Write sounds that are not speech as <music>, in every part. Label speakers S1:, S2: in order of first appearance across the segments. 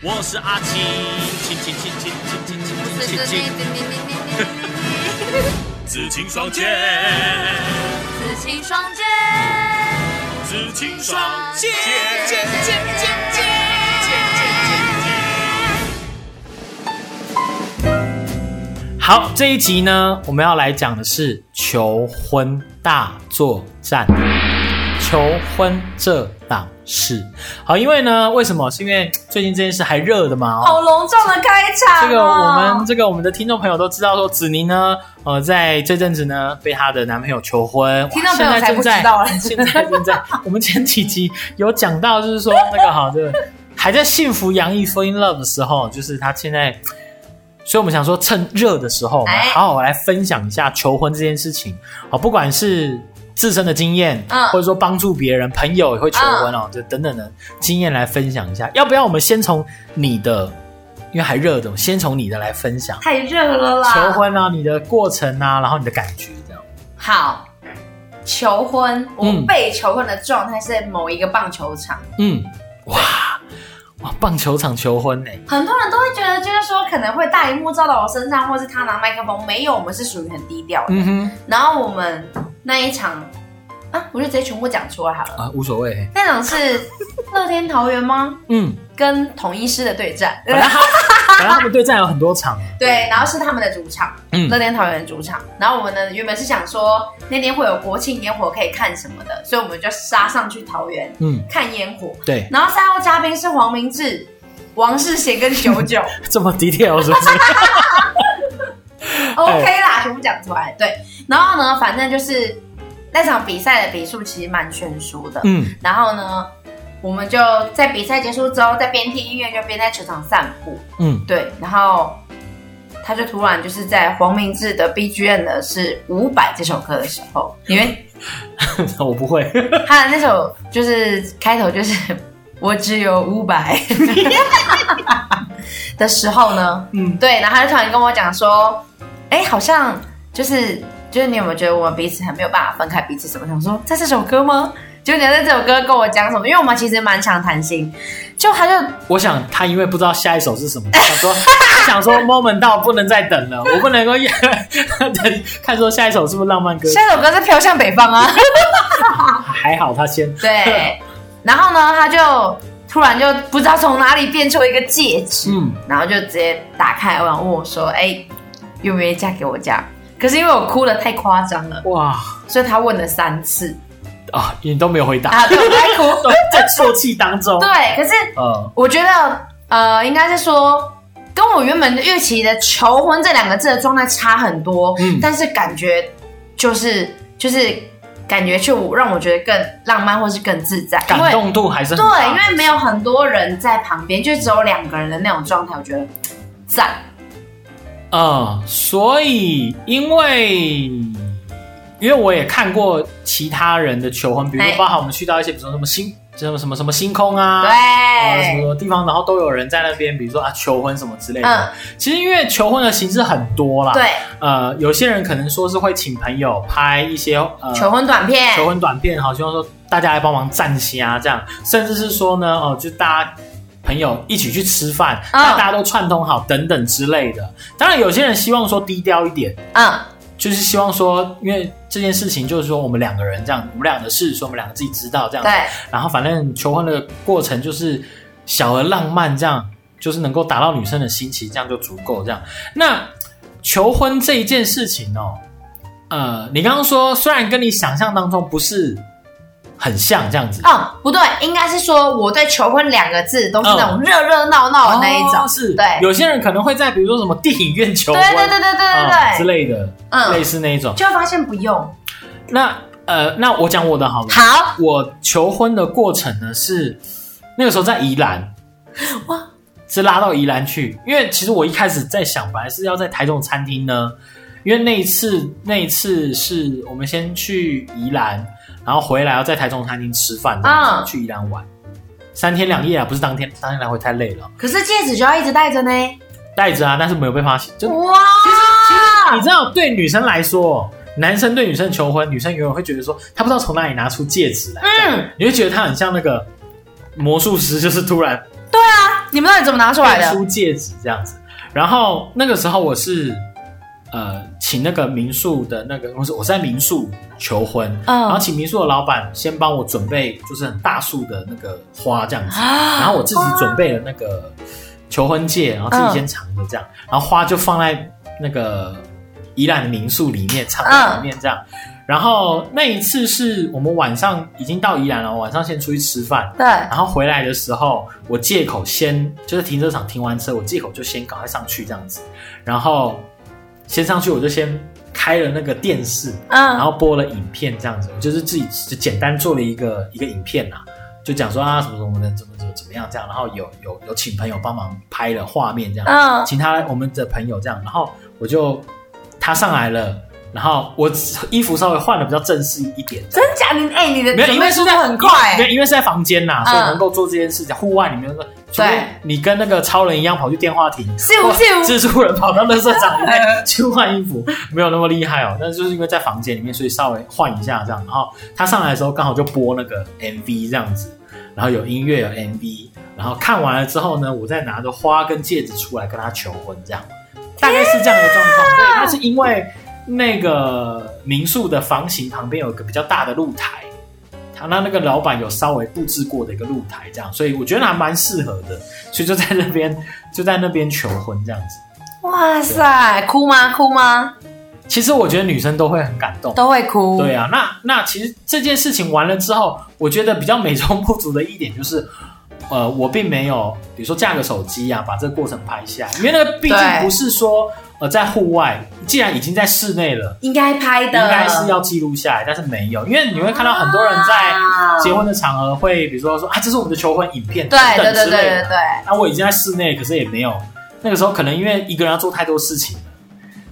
S1: 我是阿青，青青青青青青青青青青，紫青双剑，
S2: 紫青双剑，
S1: 紫青双剑，剑剑剑
S2: 剑剑
S3: 好，这一集呢，我们要来讲的是求婚大作战。求婚这档事，好，因为呢，为什么？是因为最近这件事还热的嘛？
S2: 好隆重的开场、哦。
S3: 这个我们这个我们的听众朋友都知道，说子宁呢，呃，在这阵子呢被她的男朋友求婚，哇
S2: 听众朋友
S3: 现在
S2: 才不
S3: 正在 <laughs>
S2: 知道嘞
S3: 现在正
S2: <laughs>
S3: 在，我们前几集有讲到，就是说那个好，这个还在幸福洋溢 fall in love 的时候，就是她现在，所以我们想说趁热的时候，我们
S2: 哎
S3: 好好来分享一下求婚这件事情，好，不管是。自身的经验，
S2: 嗯
S3: 或者说帮助别人，朋友也会求婚哦，就等等的经验来分享一下。要不要我们先从你的，因为还热的，我们先从你的来分享
S2: 太热了啦！
S3: 求婚啊，你的过程啊，然后你的感觉这样。
S2: 好，求婚，我
S3: 嗯
S2: 被求婚的状态是在某一个棒球场，
S3: 嗯，哇哇，棒球场求婚呢、
S2: 很多人都会觉得，就是说可能会大荧幕照到我身上，或是他拿麦克风，没有，我们是属于很低调的。
S3: 嗯哼，
S2: 然后我们那一场啊，我就直接全部讲出来好了。
S3: 啊，无所谓、
S2: 那场是乐天桃园吗？
S3: 嗯，
S2: 跟统一狮的
S3: <laughs>
S2: 对战，
S3: 反正他反正他们对战有很多场啊。
S2: 对，然后是他们的主场，
S3: 嗯
S2: 乐天桃园的主场。然后我们呢，原本是想说那天会有国庆烟火可以看什么的，所以我们就杀上去桃园
S3: 嗯，
S2: 看烟火。
S3: 对， <laughs>
S2: 然后三号嘉宾是黄明志、王世贤跟
S3: <laughs>
S2: 九九
S3: 这么 detail 是不是？哦
S2: ，OK 啦，全部讲出来。对，然后呢，反正就是那场比赛的比数其实蛮悬殊的。
S3: 嗯
S2: 然后呢，我们就在比赛结束之后，在边听音乐就边在球场散步。
S3: 嗯，
S2: 对，然后他就突然就是在黄明志的 BGM 的是《伍佰》这首歌的时候，因为
S3: <laughs> 我不会。
S2: 他的那首就是开头就是 <laughs> “我只有伍佰”的时候呢，
S3: 嗯
S2: 对，然后他就突然跟我讲说：“哎，好像就是就是你有没有觉得我们彼此很没有办法分开彼此什么？”想说在这首歌吗？就你要在这首歌跟我讲什么？因为我们其实蛮常谈心，就他就
S3: 我想他因为不知道下一首是什么，想说 <laughs> 他想说 moment 到不能再等了，我不能够 <laughs> 等看说下一首是不是浪漫歌曲。
S2: 下一首歌是《飘向北方》啊。
S3: 还好他先，
S2: 对，然后呢，他就突然就不知道从哪里变出一个戒指，
S3: 嗯
S2: 然后就直接打开，然后问我说：“哎、愿不愿意嫁给我家？”可是因为我哭的太夸张了，
S3: 哇
S2: 所以他问了三次
S3: 啊，你都没有回答，
S2: 啊，对，我在哭。 <laughs>
S3: 都 <laughs> 在啜泣当中。
S2: 对，可是
S3: 呃，
S2: 我觉得呃，应该是说。跟我原本预期的“求婚”这两个字的状态差很多，
S3: 嗯
S2: 但是感觉就是就是感觉却让我觉得更浪漫，或是更自在，因
S3: 感
S2: 为
S3: 动度还是很高
S2: 对，因为没有很多人在旁边，就只有两个人的那种状态，我觉得赞。
S3: 嗯，所以因为因为我也看过其他人的求婚，比如说
S2: 哎
S3: 包含我们去到一些，比如说什么星，什么什么什么星空啊，啊什么什
S2: 对，
S3: 么地方，然后都有人在那边，比如说啊求婚什么之类的。
S2: 嗯，
S3: 其实因为求婚的形式很多啦，，
S2: 对，
S3: 呃，有些人可能说是会请朋友拍一些呃
S2: 求婚短片，
S3: 求婚短片，好希望说大家来帮忙站啊，这样，甚至是说呢，哦，就大家朋友一起去吃饭，
S2: 嗯
S3: 那、大家都串通好等等之类的。当然，有些人希望说低调一点，
S2: 嗯，
S3: 就是希望说，因为这件事情就是说我们两个人这样，我们俩的事，所以我们两个自己知道这样。
S2: 对，
S3: 然后反正求婚的过程就是小而浪漫，这样就是能够达到女生的心情，这样就足够。这样，那求婚这一件事情哦，呃，你刚刚说虽然跟你想象当中不是很像这样子，
S2: 嗯，不对，应该是说我对求婚两个字都是那种热热闹闹的那一种
S3: 嗯哦，是
S2: 对
S3: 有些人可能会在比如说什么电影院求
S2: 对
S3: 婚，
S2: 对对对
S3: 啊
S2: 对
S3: 之
S2: 对对，
S3: 类的，类
S2: 嗯，
S3: 似那一种。
S2: 就发现不用，
S3: 那呃，那我讲我的好了。
S2: 好，
S3: 我求婚的过程呢是那个时候在宜兰，
S2: 哇，
S3: 是拉到宜兰去，因为其实我一开始在想，本来是要在台中餐厅呢，因为那一次那一次是我们先去宜兰，然后回来要在台中餐厅吃饭，这样
S2: 嗯
S3: 子去宜兰玩三天两夜啊，不是当天当天来回太累了，
S2: 可是戒指就要一直戴着呢，
S3: 带着啊，但是没有被发现，就
S2: 哇，
S3: 你知道，对女生来说，男生对女生求婚，女生永远会觉得说，她不知道从哪里拿出戒指来，
S2: 嗯，
S3: 你会觉得她很像那个魔术师，就是突然，
S2: <laughs> 对啊，你们到底怎么拿出来
S3: 变
S2: 的？
S3: 出戒指这样子。然后那个时候我是呃请那个民宿的那个公司，我是在民宿求婚，
S2: 嗯
S3: 然后请民宿的老板先帮我准备就是很大束的那个花这样子，
S2: 啊
S3: 然后我自己准备了那个求婚戒，然后自己
S2: 嗯
S3: 先藏着这样，然后花就放在那个宜兰的民宿里面藏在
S2: 嗯
S3: 里面这样。然后那一次是我们晚上已经到宜兰了，晚上先出去吃饭，
S2: 对，
S3: 然后回来的时候，我借口先就是停车场停完车，我借口就先赶快上去这样子，然后先上去我就先开了那个电视，然
S2: 嗯，
S3: 后播了影片这样子，我就是自己就简单做了一个一个影片啊，就讲说啊什么什么的怎么怎么怎么样这样，然后有有有请朋友帮忙拍了画面这样，
S2: 嗯
S3: 请他我们的朋友这样，然后我就他上来了，然后我衣服稍微换的比较正式一点，
S2: 真假你哎，你的
S3: 没有，因
S2: 准备
S3: 为是
S2: 速度
S3: 在
S2: 很快
S3: 因为，因为是在房间呐，
S2: 嗯
S3: 所以能够做这件事情。户外里面，除非你跟那个超人一样跑去电话亭，
S2: 是不是
S3: 或蜘蛛人跑到乐色场里面去换衣服，没有那么厉害哦。但就是因为在房间里面，所以稍微换一下这样。然后他上来的时候，刚好就播那个 MV 这样子，然后有音乐有 MV，然后看完了之后呢，我再拿着花跟戒指出来跟他求婚这样。大概是这样的状况。对，那是因为那个民宿的房型旁边有一个比较大的露台，他那那个老板有稍微布置过的一个露台，这样，所以我觉得还蛮适合的，所以就在那边就在那边求婚这样子。
S2: 哇塞，哭吗？哭吗？
S3: 其实我觉得女生都会很感动。
S2: 都会哭。
S3: 对啊，那那其实这件事情完了之后，我觉得比较美中不足的一点就是，呃，我并没有，比如说架个手机啊，把这个过程拍下来，因为那个毕竟
S2: 对
S3: 不是说呃在户外，既然已经在室内了，
S2: 应该拍的，
S3: 应该是要记录下来，但是没有，因为你会看到很多人在
S2: 啊
S3: 结婚的场合会，比如说说啊，这是我们的求婚影片
S2: 对
S3: 等
S2: 对
S3: 等
S2: 对
S3: 之
S2: 对
S3: 类
S2: 对
S3: 的。
S2: 对，
S3: 啊那、我已经在室内，可是也没有。那个时候可能因为一个人要做太多事情了，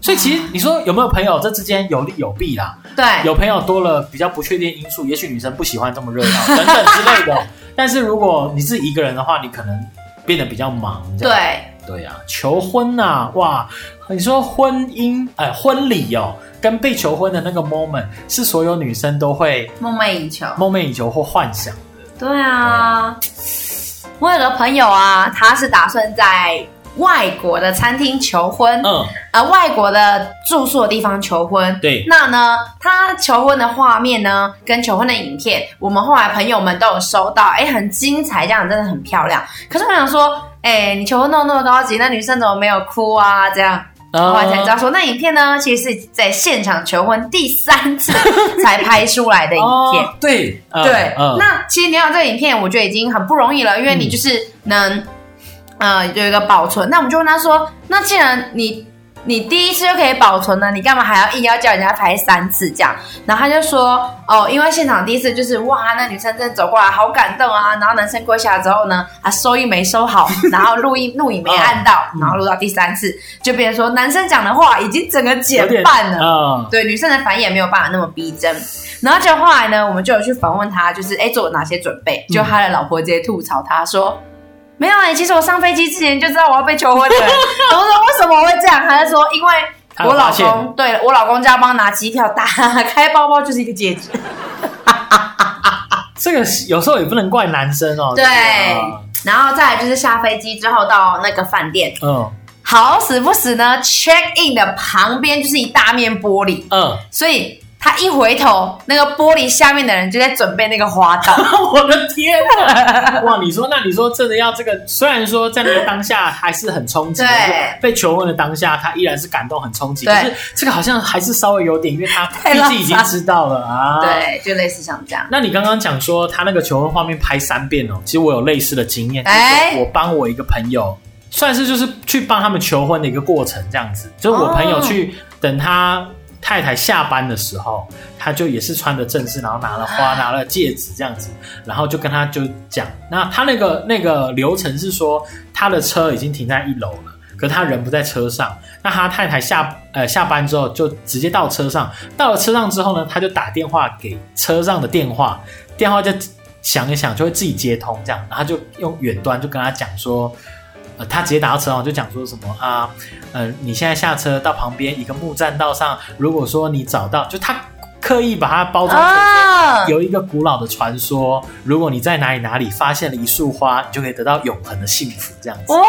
S3: 所以其实你说有没有朋友，这之间有利有弊啦。
S2: 对
S3: 有朋友多了，比较不确定因素，也许女生不喜欢这么热闹等等之类
S2: <laughs>
S3: 的。但是如果你自己一个人的话，你可能变得比较忙。这样
S2: 对，
S3: 对啊，求婚呐、哇！你说婚姻，哎、婚礼哦，跟被求婚的那个 moment 是所有女生都会
S2: 梦寐以求。
S3: 梦寐以求或幻想的。
S2: 对啊，我有个朋友啊，他是打算在外国的餐厅求婚，
S3: 嗯，
S2: 呃，外国的住宿的地方求婚。
S3: 对
S2: 那呢，他求婚的画面呢，跟求婚的影片，我们后来朋友们都有收到，哎，很精彩，这样真的很漂亮。可是我想说，哎，你求婚弄得那么高级，那女生怎么没有哭啊？这样。
S3: 呃
S2: 后来才知道说，那影片呢，其实是在现场求婚第三次才拍出来的影片。
S3: 哦、对、嗯
S2: 对，
S3: 嗯
S2: 那其实你要这个影片，我觉得已经很不容易了，因为你就是能，
S3: 嗯
S2: 呃，有一个保存。那我们就问他说，那既然你你第一次就可以保存了，你干嘛还要硬要叫人家拍三次这样？然后他就说，哦，因为现场第一次就是哇，那女生真的走过来，好感动啊。然后男生跪下之后呢，他收音没收
S3: <laughs>
S2: 好，然后录音录影没按到，然后录到第三次，就变成说男生讲的话已经整个减
S3: 有点
S2: 半了。
S3: 嗯
S2: 对女生的反应也没有办法那么逼真。然后就后来呢，我们就有去访问他，就是哎做了哪些准备，
S3: 嗯
S2: 就他的老婆直接吐槽他说。没有哎、其实我上飞机之前就知道我要被求婚 <laughs> 的。我说为什么我会这样？他就说因为
S3: 他有
S2: 我老
S3: 发现
S2: 公，对我老公就要帮拿机票打开包包就是一个戒指。
S3: 这个是有时候也不能怪男生哦。
S2: 对
S3: 啊，
S2: 然后再来就是下飞机之后到那个饭店，
S3: 嗯
S2: 好死不死呢，check in 的旁边就是一大面玻璃， <laughs>
S3: 嗯，
S2: 所以他一回头，那个玻璃下面的人就在准备那个花
S3: <laughs>
S2: 道。
S3: 我的天啊！ <laughs> 哇，你说那你说真的要这个？虽然说在那个当下还是很冲击，
S2: 对
S3: 就是被求婚的当下，他依然是感动很冲击。
S2: 对
S3: 可是这个好像还是稍微有点，因为他
S2: 太
S3: 毕
S2: 浪
S3: 竟已经
S2: 漫
S3: 知道了啊。。
S2: 对，就类似像这样。
S3: 那你刚刚讲说他那个求婚画面拍三遍哦，其实我有类似的经验，就是
S2: 哎
S3: 我帮我一个朋友，算是就是去帮他们求婚的一个过程，这样子，就是我朋友去等他太太下班的时候，他就也是穿的正式，然后拿了花，拿了戒指这样子，然后就跟他就讲，那他那个那个流程是说，他的车已经停在一楼了。可他人不在车上，那他太太下呃下班之后就直接到车上，到了车上之后呢，他就打电话给车上的电话，电话就响一响就会自己接通这样，然后他就用远端就跟他讲说，呃，他直接打到车上就讲说什么啊，呃，你现在下车到旁边一个木栈道上，如果说你找到，就他刻意把它包装成
S2: 啊，
S3: 有一个古老的传说，如果你在哪里哪里发现了一束花，你就可以得到永恒的幸福，这样子。然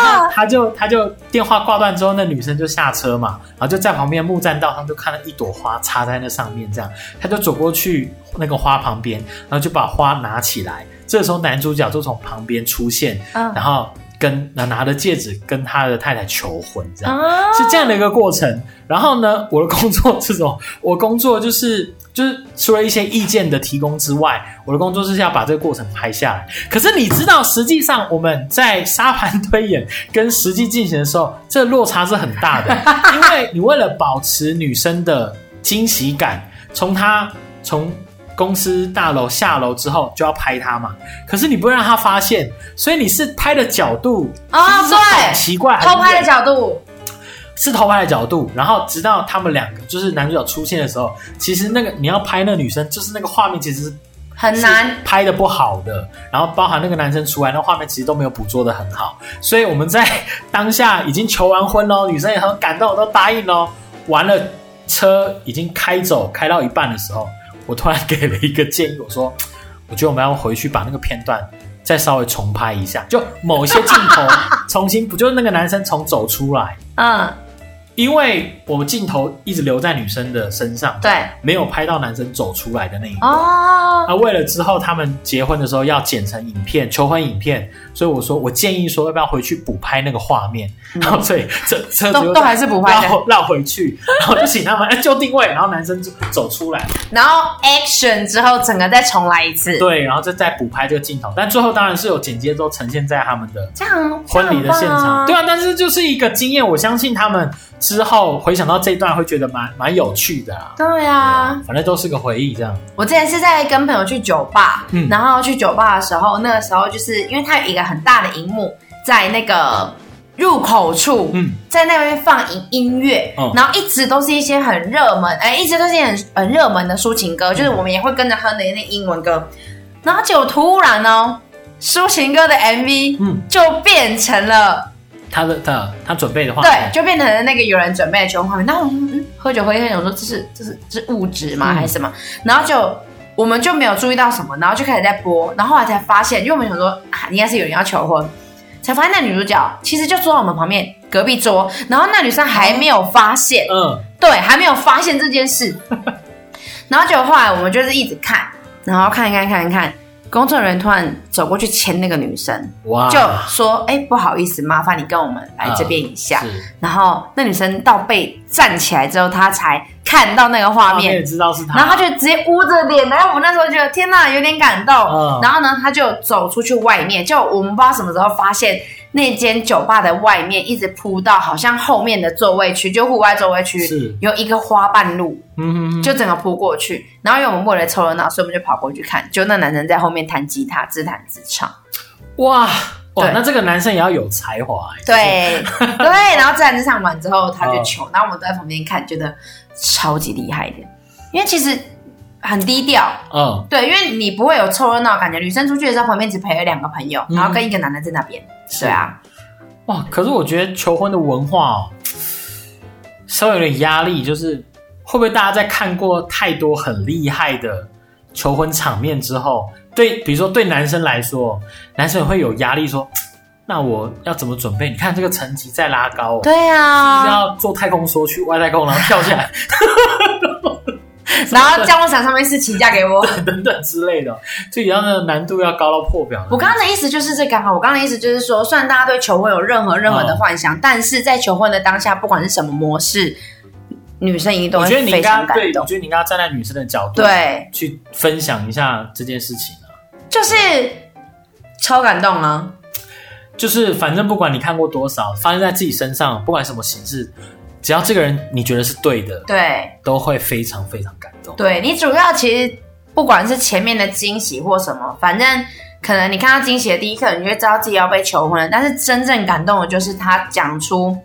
S3: 后
S2: 哇，
S3: 他就他就电话挂断之后，那女生就下车嘛，然后就在旁边木栈道上就看到一朵花插在那上面，这样他就走过去那个花旁边，然后就把花拿起来。这时候男主角就从旁边出现，
S2: 嗯
S3: 然后跟拿拿着戒指跟他的太太求婚，这样。
S2: 啊，
S3: 是这样的一个过程。然后呢，我的工作是什么？ <laughs> 我工作就是就是除了一些意见的提供之外，我的工作是要把这个过程拍下来。可是你知道，实际上我们在沙盘推演跟实际进行的时候， <laughs> 这落差是很大的，因为你为了保持女生的惊喜感，从她从。公司大楼下楼之后就要拍她嘛，可是你不会让她发现，所以你是拍的角度其
S2: 啊
S3: 实是很
S2: 对
S3: 奇怪，很
S2: 偷拍
S3: 远
S2: 的角度，
S3: 是偷拍的角度，然后直到他们两个就是男主角出现的时候，其实那个你要拍那个女生，就是那个画面其实是
S2: 很难
S3: 是拍的不好的，然后包含那个男生出来，那画面其实都没有捕捉的很好，所以我们在当下已经求完婚喽，女生也很感动，都答应喽，完了车已经开走，开到一半的时候，我突然给了一个建议，我说，我觉得我们要回去把那个片段。再稍微重拍一下，就某一些镜头重新，不就是那个男生从走出来，
S2: 嗯，
S3: 因为我们镜头一直留在女生的身上，
S2: 对，
S3: 没有拍到男生走出来的那一段。
S2: 哦，
S3: 那为了之后他们结婚的时候要剪成影片，求婚影片，所以我说我建议说要不要回去补拍那个画面，然后所以这车子
S2: 嗯都
S3: 又
S2: 都还是不拍的，
S3: 绕绕回去，然后就请他们哎就定位，然后男生就走出来，
S2: 然后 action 之后整个再重来一次，
S3: 对，然后再再补拍这个镜头，但最后当然是有剪接之后呈现在他们的
S2: 这样啊
S3: 婚礼的现场，对
S2: 对，
S3: 啊，但是就是一个经验，我相信他们之后回想到这一段会觉得蛮蛮有趣的啊。
S2: 对啊，
S3: 反正都是个回忆，这样。
S2: 我之前是在跟朋友去酒吧，
S3: 嗯
S2: 然后去酒吧的时候，那个时候就是因为它有一个很大的荧幕在那个入口处，
S3: 嗯
S2: 在那边放音音乐，
S3: 嗯
S2: 然后一直都是一些很热门，哎、一直都是一些很很热门的抒情
S3: 嗯
S2: 歌，就是我们也会跟着哼的那英文歌，然后结果突然呢，抒情歌的 MV
S3: 嗯，
S2: 就变成了，
S3: 他的他他准备的话，哎
S2: 对，，就变成了那个有人准备的求婚画面。然后我们嗯喝酒喝一喝，我说这是这是这是物质吗、
S3: 嗯
S2: 还是什么？然后就我们就没有注意到什么，然后就开始在播，然后后来才发现，因为我们想说啊，应该是有人要求婚，才发现那女主角其实就坐在我们旁边隔壁桌，然后那女生还没有发现，
S3: 嗯，
S2: 对，还没有发现这件
S3: <laughs>
S2: 事。然后结果后来我们就是一直看，然后看一看看一看，工作人员突然走过去牵那个女生，
S3: 哇，
S2: 就说：“哎、不好意思，麻烦你跟我们来这边一下。
S3: 是
S2: 然后那女生到被站起来之后，她才看到那个画
S3: 画面也
S2: 面，
S3: 知道是他，
S2: 然后她就直接捂着脸。然哎后我们那时候觉得天哪，有点感动。
S3: 嗯
S2: 然后呢，她就走出去外面，就我们不知道什么时候发现那间酒吧的外面一直铺到好像后面的座位区，就户外座位区
S3: 是
S2: 有一个花瓣路，
S3: 嗯嗯嗯
S2: 就整个扑过去。然后因为我们为了凑热闹，所以我们就跑过去看，就那男生在后面弹吉他，自弹自唱。
S3: 哇哇，
S2: 对
S3: 那这个男生也要有才华，哎，
S2: 对
S3: <laughs>
S2: 对，然后自然之上完之后，他就
S3: 嗯
S2: 求，然后我们都在旁边看，觉得超级厉害的，因为其实很低调，
S3: 嗯，
S2: 对，因为你不会有凑热闹的感觉。女生出去的时候，旁边只陪了两个朋友，
S3: 嗯
S2: 然后跟一个男的在那边，对啊，
S3: 哇，可是我觉得求婚的文化哦，稍微有点压力，就是会不会大家在看过太多很厉害的求婚场面之后，对，比如说对男生来说，男生也会有压力说。那我要怎么准备？你看这个层级在拉高、哦，
S2: 对
S3: 就是
S2: 啊，
S3: 要坐太空梭去外太空，然后跳下来
S2: 然后降落伞上面是请假给我。
S3: 等等之类的，就也要那个难度要高到破表的。
S2: 我刚刚的意思就是这个啊哈，我刚刚的意思就是说，虽然大家对求婚有任何任何
S3: 嗯
S2: 的幻想，但是在求婚的当下，不管是什么模式，女生一定都
S3: 我
S2: 会
S3: 觉得你
S2: 非
S3: 应该
S2: 常感
S3: 对，我
S2: 动。
S3: 觉得你应该站在女生的角度
S2: 对，
S3: 去分享一下这件事情啊。
S2: 就是超感动啊！
S3: 就是反正不管你看过多少，发生在自己身上，不管什么形式，只要这个人你觉得是对的，
S2: 对，
S3: 都会非常非常感动。
S2: 对你主要其实不管是前面的惊喜或什么，反正可能你看到惊喜的第一刻，你就知道自己要被求婚了。但是真正感动的就是他讲出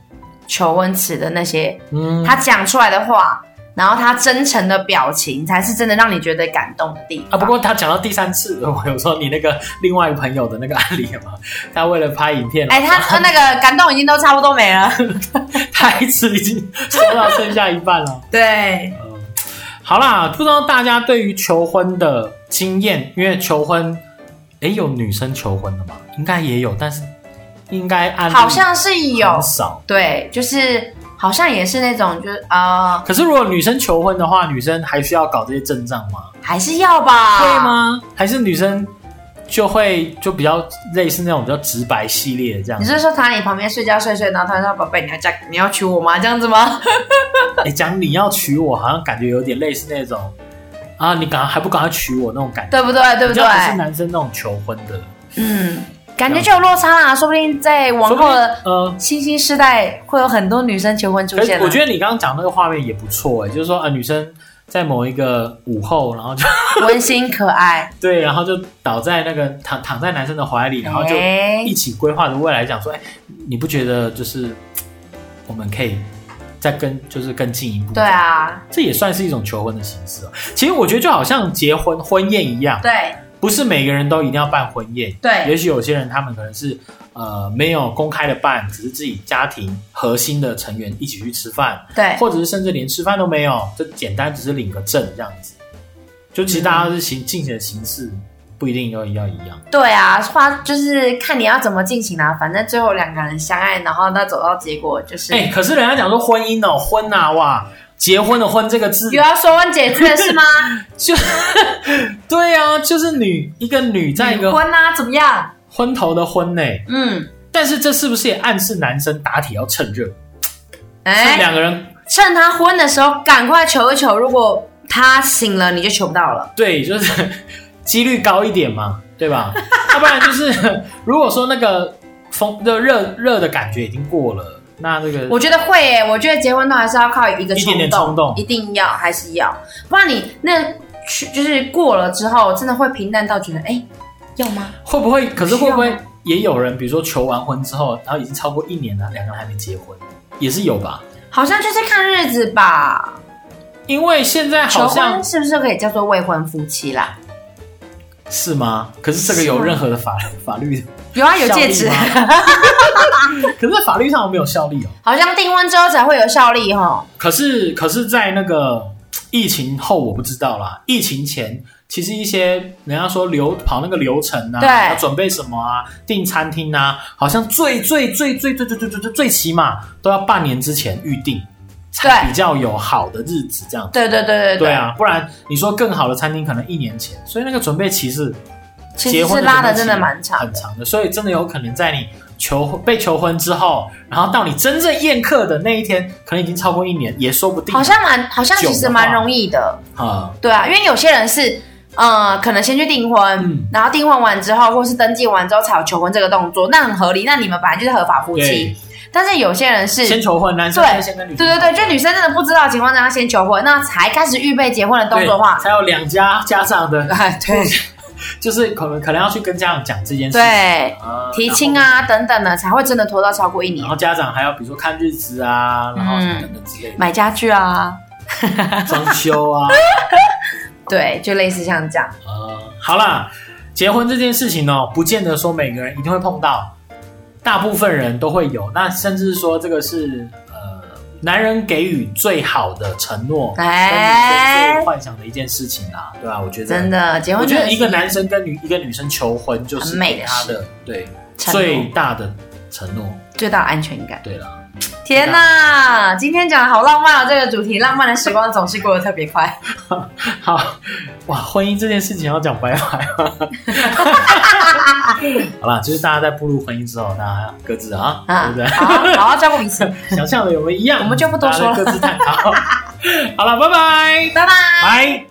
S2: 求婚词的那些，
S3: 嗯，
S2: 他讲出来的话，然后他真诚的表情，才是真的让你觉得感动的地方。
S3: 啊，不过他讲到第三次，我有说你那个另外一个朋友的那个案例嘛，他为了拍影片， <laughs>
S2: 哎，他那个感动已经都差不多没了。
S3: 台词已经说到剩下一半了。
S2: 对，
S3: 嗯，好啦，不知道大家对于求婚的经验，因为求婚，诶，有女生求婚的吗？应该也有，但是应该按
S2: 好像是有，
S3: 少。
S2: 对，就是好像也是那种，就是呃，
S3: 可是如果女生求婚的话，女生还需要搞这些阵仗吗？
S2: 还是要吧？
S3: 会？吗？还是女生就会就比较类似那种比较直白系列的这样
S2: 你？是说躺在你旁边睡觉睡睡，然后突然说宝贝，你要嫁，你要娶我吗？这样子吗？ <laughs>
S3: 哎，讲你要娶我，好像感觉有点类似那种啊，你赶快还不赶快娶我那种感觉，
S2: 对不对？对不
S3: 比
S2: 对
S3: 较？不是男生那种求婚的。
S2: 嗯，感觉就有落差啊啦，说不定在往
S3: 说不
S2: 后
S3: 定
S2: 的
S3: 呃，
S2: 新兴时代会有很多女生求婚出
S3: 可是
S2: 现。啊
S3: 我觉得你刚刚讲那个画面也不错哎、就是说呃，女生在某一个午后，然后就 <laughs>
S2: 得 <laughs> 温馨可爱，
S3: 对，然后就倒在那个躺躺在男生的怀 <laughs> 里，然后就
S2: 哎
S3: 一起规划着未来，讲说，哎、你不觉得就是我们可以再更就是更进一步？
S2: 对，啊，
S3: 这也算是一种求婚的形式哦。其实我觉得就好像结婚婚宴一样，
S2: 对
S3: 不是每个人都一定要办婚宴，也
S2: 对
S3: 许有些人他们可能是呃没有公开的办，只是自己家庭核心的成员一起去吃饭，
S2: 对，
S3: 或者是甚至连吃饭都没有，就简单只是领个证这样子。就其实大家是行进行的形式不一定都要一样，
S2: 对啊，花就是看你要怎么进行啦、反正最后两个人相爱，然后那走到结果就是。
S3: 哎、可是人家讲说婚姻哦，婚啊哇，结婚的婚这个字
S2: 有，要说问姐姐
S3: <laughs>
S2: 的是吗？
S3: 就对啊，就是女一个女在一
S2: 离
S3: 个
S2: 婚啊，怎么样？
S3: 昏头的昏呢、
S2: 嗯，
S3: 但是这是不是也暗示男生打铁要趁热？
S2: 哎、
S3: 两个人
S2: 趁他婚的时候赶快求一求，如果他醒了，你就求不到了。
S3: 对，就是 <laughs> 几率高一点嘛，对吧？要不然就是 <laughs> 如果说那个风热热热的感觉已经过了，那这个
S2: 我觉得会诶、我觉得结婚都还是要靠一个
S3: 一
S2: 冲
S3: 点
S2: 动，
S3: 点冲动
S2: 一定要还是要，不然你那去就是过了之后，真的会平淡到觉得哎、要吗？
S3: 会不会？可是会不会
S2: 需要
S3: 也有人，比如说求完婚之后，然后已经超过一年了，两个人还没结婚，也是有吧？
S2: 好像就是看日子吧。
S3: 因为现在
S2: 求
S3: 好像
S2: 婚是不是可以叫做未婚夫妻啦？
S3: 是吗？可是这个
S2: 是
S3: 有
S2: 吗
S3: 任何的法法律
S2: 有啊，有戒指
S3: 效， <laughs> 力吗可是在法律上有没有效力哦？
S2: 好像订婚之后才会有效力哈。
S3: 可是，可是，在那个疫情后，我不知道啦。疫情前，其实一些人家说流跑那个流程啊，
S2: 对
S3: 要准备什么啊，订餐厅啊，好像最最最最最最最最最最起码都要半年之前预定，才
S2: 对
S3: 比较有好的日子这样。
S2: 对对对对嗯
S3: 对，啊，不然你说更好的餐厅可能一年前，所以那个准备期是
S2: 其
S3: 结
S2: 实是
S3: 婚
S2: 拉
S3: 准备
S2: 的
S3: 期
S2: 真的蛮长
S3: 很
S2: 的。
S3: 长的，所以真的有可能在你求婚被求婚之后，然后到你真正宴客的那一天，可能已经超过一年，也说不定。
S2: 好像蛮，好像其
S3: 久
S2: 实
S3: 的
S2: 蛮
S3: 话
S2: 容易的。
S3: 啊、
S2: 对啊，因为有些人是，呃，可能先去订婚，
S3: 嗯
S2: 然后订婚完之后，或是登记完之后才有求婚这个动作，那很合理。那你们本来就是合法夫
S3: 对
S2: 妻，，但是有些人是，
S3: 先
S2: 对
S3: 求婚，男生
S2: 对
S3: 先跟女生
S2: 对对，就女生真的不知道的情况下，她先求婚，那才开始预备结婚的动作的话，
S3: 才有两家家长
S2: <laughs>
S3: 的，
S2: 哎，对
S3: 就是可能可能要去跟家长讲这件事情，
S2: 对，
S3: 啊
S2: 提亲，啊等等的，才会真的拖到超过一
S3: 然后
S2: 年
S3: 然。后家长还要比如说看日子啊，然后什
S2: 嗯
S3: 么等等之类的，
S2: 买家具啊，
S3: 装修啊，
S2: 对，就类似像这样，
S3: 呃，好啦，结婚这件事情哦，不见得说每个人一定会碰到，大部分人都会有。那甚至说这个是呃，男人给予最好的承诺，跟女
S2: 哎
S3: 生最幻想的一件事情啦，对吧、啊？我觉得
S2: 真，的结
S3: 我
S2: 婚
S3: 觉
S2: 真的
S3: 得
S2: 是
S3: 一个男生跟女一个女生求婚，就是
S2: 很美的
S3: 给他的对
S2: 承
S3: 最
S2: 诺
S3: 大的承诺。
S2: 最大的安全感。
S3: 对了，
S2: 天呐，今天讲的好浪漫哦，这个主题，浪漫的时光总是过得特别快。
S3: 好哇，婚姻这件事情要讲拜拜吗？
S2: <laughs>
S3: 好啦，就是大家在步入婚姻之后，大家各自啊，对
S2: 啊，
S3: 不对？
S2: 好好好照顾彼此，
S3: 想象的有没有一样？
S2: 我们就不多说了
S3: 大家各自探讨。好了，拜拜，
S2: 拜拜。
S3: 拜。